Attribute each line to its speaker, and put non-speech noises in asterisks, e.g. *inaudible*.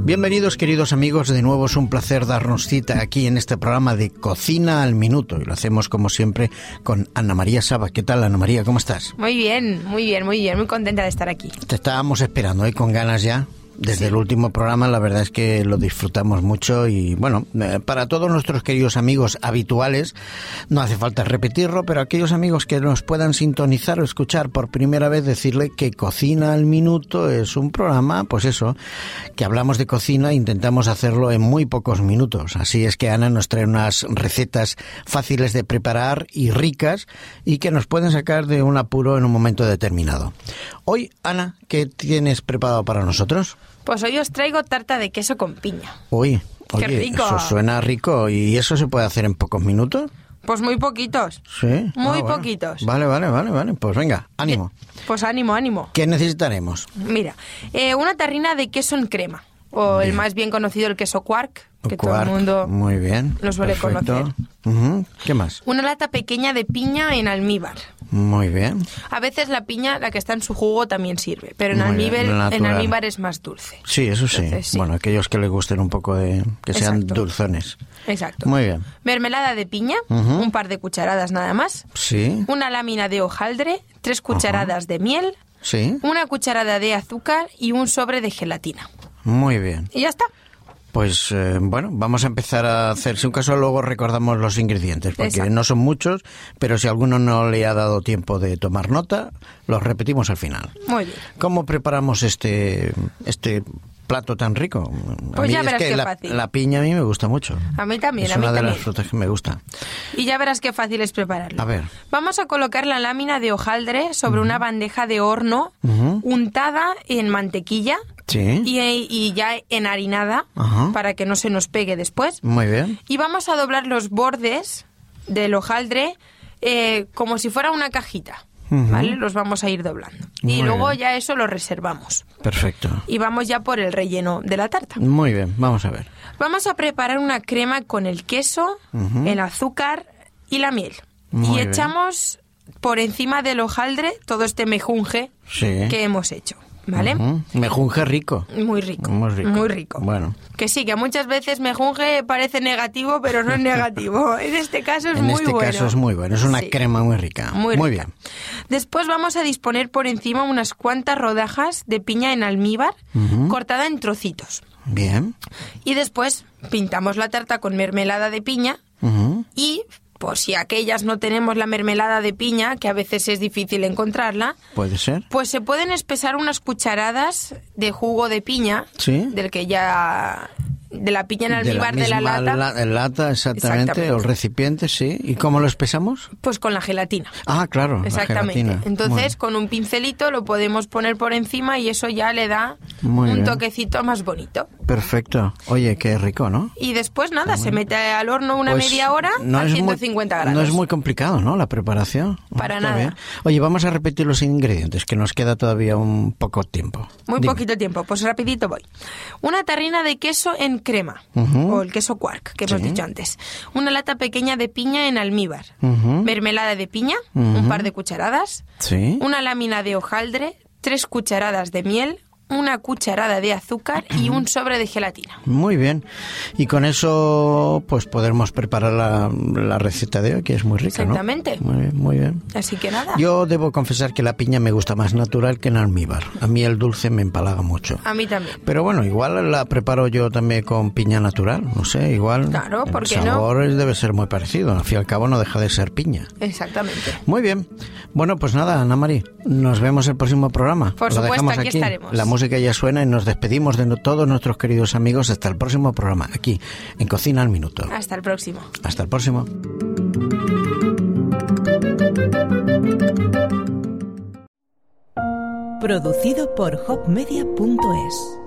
Speaker 1: Bienvenidos queridos amigos, de nuevo es un placer darnos cita aquí en este programa de Cocina al Minuto y lo hacemos como siempre con Ana María Saba. ¿Qué tal Ana María? ¿Cómo estás?
Speaker 2: Muy bien, muy bien, muy bien, muy contenta de estar aquí.
Speaker 1: Te estábamos esperando hoy con ganas ya. Desde el último programa, la verdad es que lo disfrutamos mucho y bueno, eh, para todos nuestros queridos amigos habituales, no hace falta repetirlo, pero aquellos amigos que nos puedan sintonizar o escuchar por primera vez, decirle que Cocina al Minuto es un programa, pues eso, que hablamos de cocina e intentamos hacerlo en muy pocos minutos. Así es que Ana nos trae unas recetas fáciles de preparar y ricas y que nos pueden sacar de un apuro en un momento determinado. Hoy, Ana, ¿qué tienes preparado para nosotros?
Speaker 2: Pues hoy os traigo tarta de queso con piña.
Speaker 1: Uy,
Speaker 2: ¡Qué
Speaker 1: oye,
Speaker 2: rico!
Speaker 1: eso suena rico. ¿Y eso se puede hacer en pocos minutos?
Speaker 2: Pues muy poquitos.
Speaker 1: Sí. Ah,
Speaker 2: Muy
Speaker 1: bueno.
Speaker 2: poquitos.
Speaker 1: Vale, vale, vale, vale. Pues venga, ánimo.
Speaker 2: Pues ánimo, ánimo.
Speaker 1: ¿Qué necesitaremos?
Speaker 2: Mira, eh, una tarrina de queso en crema, o el más bien conocido el queso quark, que todo el
Speaker 1: Quark,
Speaker 2: mundo...
Speaker 1: Muy bien.
Speaker 2: lo suele conocer.
Speaker 1: Ujú, ¿Qué más?
Speaker 2: Una lata pequeña de piña en almíbar.
Speaker 1: Muy bien.
Speaker 2: A veces la piña, la que está en su jugo, también sirve, pero en,
Speaker 1: Muy bien,
Speaker 2: almíbar, en
Speaker 1: natural.
Speaker 2: almíbar es más dulce.
Speaker 1: Sí, eso sí.
Speaker 2: Entonces, sí.
Speaker 1: Bueno, aquellos que les gusten un poco de... que sean
Speaker 2: Exacto.
Speaker 1: dulzones.
Speaker 2: Exacto.
Speaker 1: Muy bien.
Speaker 2: Mermelada de piña,
Speaker 1: Ujú.
Speaker 2: un par de cucharadas nada más,
Speaker 1: Sí,
Speaker 2: una lámina de hojaldre, tres cucharadas de miel,
Speaker 1: sí.
Speaker 2: una cucharada de azúcar y un sobre de gelatina.
Speaker 1: Muy bien.
Speaker 2: Y ya está.
Speaker 1: Pues eh, bueno, vamos a empezar a hacer, si un caso luego recordamos los ingredientes, porque
Speaker 2: Exacto.
Speaker 1: no son muchos, pero si alguno no le ha dado tiempo de tomar nota, los repetimos al final.
Speaker 2: Muy bien.
Speaker 1: ¿Cómo preparamos este, este plato tan rico? A
Speaker 2: Pues
Speaker 1: mí
Speaker 2: ya
Speaker 1: es
Speaker 2: verás
Speaker 1: que
Speaker 2: qué
Speaker 1: la,
Speaker 2: fácil.
Speaker 1: la piña a mí me gusta mucho.
Speaker 2: A mí también,
Speaker 1: es
Speaker 2: a mí
Speaker 1: una de
Speaker 2: también.
Speaker 1: las frutas que me gusta.
Speaker 2: Y ya verás qué fácil es prepararlo.
Speaker 1: A ver.
Speaker 2: Vamos a colocar la lámina de hojaldre sobre una bandeja de horno
Speaker 1: Ujú.
Speaker 2: untada en mantequilla
Speaker 1: Sí.
Speaker 2: y, y ya enharinada
Speaker 1: Ajá.
Speaker 2: para que no se nos pegue después.
Speaker 1: Muy bien.
Speaker 2: Y vamos a doblar los bordes del hojaldre eh, como si fuera una cajita.
Speaker 1: Ujú.
Speaker 2: ¿Vale? Los vamos a ir doblando.
Speaker 1: Muy
Speaker 2: y luego
Speaker 1: bien.
Speaker 2: ya eso lo reservamos.
Speaker 1: Perfecto.
Speaker 2: Y vamos ya por el relleno de la tarta.
Speaker 1: Muy bien, vamos a ver.
Speaker 2: Vamos a preparar una crema con el queso,
Speaker 1: Ujú.
Speaker 2: el azúcar y la miel.
Speaker 1: Muy
Speaker 2: y
Speaker 1: bien.
Speaker 2: echamos por encima del hojaldre todo este mejunje
Speaker 1: Sí.
Speaker 2: que hemos hecho, ¿vale?
Speaker 1: Ujú. Mejunje rico.
Speaker 2: Muy rico.
Speaker 1: Muy rico. Bueno.
Speaker 2: Que sí, que muchas veces mejunje parece negativo, pero
Speaker 1: *laughs*
Speaker 2: no es negativo. en este caso es
Speaker 1: en
Speaker 2: muy
Speaker 1: este
Speaker 2: bueno.
Speaker 1: caso es muy bueno, es una
Speaker 2: Sí,
Speaker 1: crema muy rica.
Speaker 2: Muy, rica.
Speaker 1: bien.
Speaker 2: Después vamos a disponer por encima unas cuantas rodajas de piña en almíbar
Speaker 1: Ujú.
Speaker 2: cortada en trocitos.
Speaker 1: Bien.
Speaker 2: Y después pintamos la tarta con mermelada de piña
Speaker 1: Ujú.
Speaker 2: y, por si aquellas no tenemos la mermelada de piña, que a veces es difícil encontrarla,
Speaker 1: Puede ser.
Speaker 2: pues se pueden espesar unas cucharadas de jugo de piña,
Speaker 1: Sí.
Speaker 2: del que ya... de la piña en almíbar de la,
Speaker 1: misma
Speaker 2: lata,
Speaker 1: la- lata, exactamente,
Speaker 2: Exactamente.
Speaker 1: o el recipiente, sí. ¿Y cómo lo espesamos?
Speaker 2: pues con la gelatina.
Speaker 1: Ah, claro, la
Speaker 2: Exactamente.
Speaker 1: gelatina.
Speaker 2: Entonces, con un pincelito lo podemos poner por encima y eso ya le da
Speaker 1: Muy
Speaker 2: un
Speaker 1: bien.
Speaker 2: toquecito más bonito.
Speaker 1: Muy- perfecto. Oye, qué rico, ¿no?
Speaker 2: Y después, nada, se mete al horno una
Speaker 1: Pues
Speaker 2: media hora a
Speaker 1: es muy-
Speaker 2: 150 grados.
Speaker 1: No es muy complicado, ¿no? La preparación. Ah,
Speaker 2: Para
Speaker 1: Está
Speaker 2: nada.
Speaker 1: bien. Oye, vamos a repetir los ingredientes, que nos queda todavía un poco tiempo.
Speaker 2: Muy
Speaker 1: Dime.
Speaker 2: poquito tiempo, pues rapidito voy. Una tarrina de queso en crema,
Speaker 1: Ujú.
Speaker 2: o el queso quark, que hemos
Speaker 1: Sí.
Speaker 2: dicho antes. Una lata pequeña de piña en almíbar.
Speaker 1: Ujú.
Speaker 2: Mermelada de piña,
Speaker 1: Ujú.
Speaker 2: un par de cucharadas.
Speaker 1: Sí.
Speaker 2: Una lámina de hojaldre, tres cucharadas de miel, una cucharada de azúcar y un sobre de gelatina.
Speaker 1: Muy bien. Y con eso, pues podremos preparar la, la receta de hoy, que es muy rica, ¿no?
Speaker 2: Exactamente.
Speaker 1: Muy bien, muy bien.
Speaker 2: Así que nada.
Speaker 1: Yo debo confesar que la piña me gusta más natural que en almíbar. A mí el dulce me empalaga mucho.
Speaker 2: A mí también.
Speaker 1: Pero bueno, igual la preparo yo también con piña natural, no sé, igual
Speaker 2: Claro, ¿por
Speaker 1: el
Speaker 2: qué no?
Speaker 1: sabor debe ser muy parecido, al fin y al cabo no deja de ser piña.
Speaker 2: Exactamente.
Speaker 1: Muy bien. Bueno, pues nada, Ana María, nos vemos el próximo programa.
Speaker 2: Por
Speaker 1: Lo
Speaker 2: supuesto,
Speaker 1: dejamos
Speaker 2: aquí estaremos.
Speaker 1: La música ya suena y nos despedimos de no- todos nuestros queridos amigos hasta el próximo programa, aquí, en Cocina al Minuto.
Speaker 2: Hasta el próximo.
Speaker 1: Hasta el próximo.
Speaker 3: Producido por hopmedia.es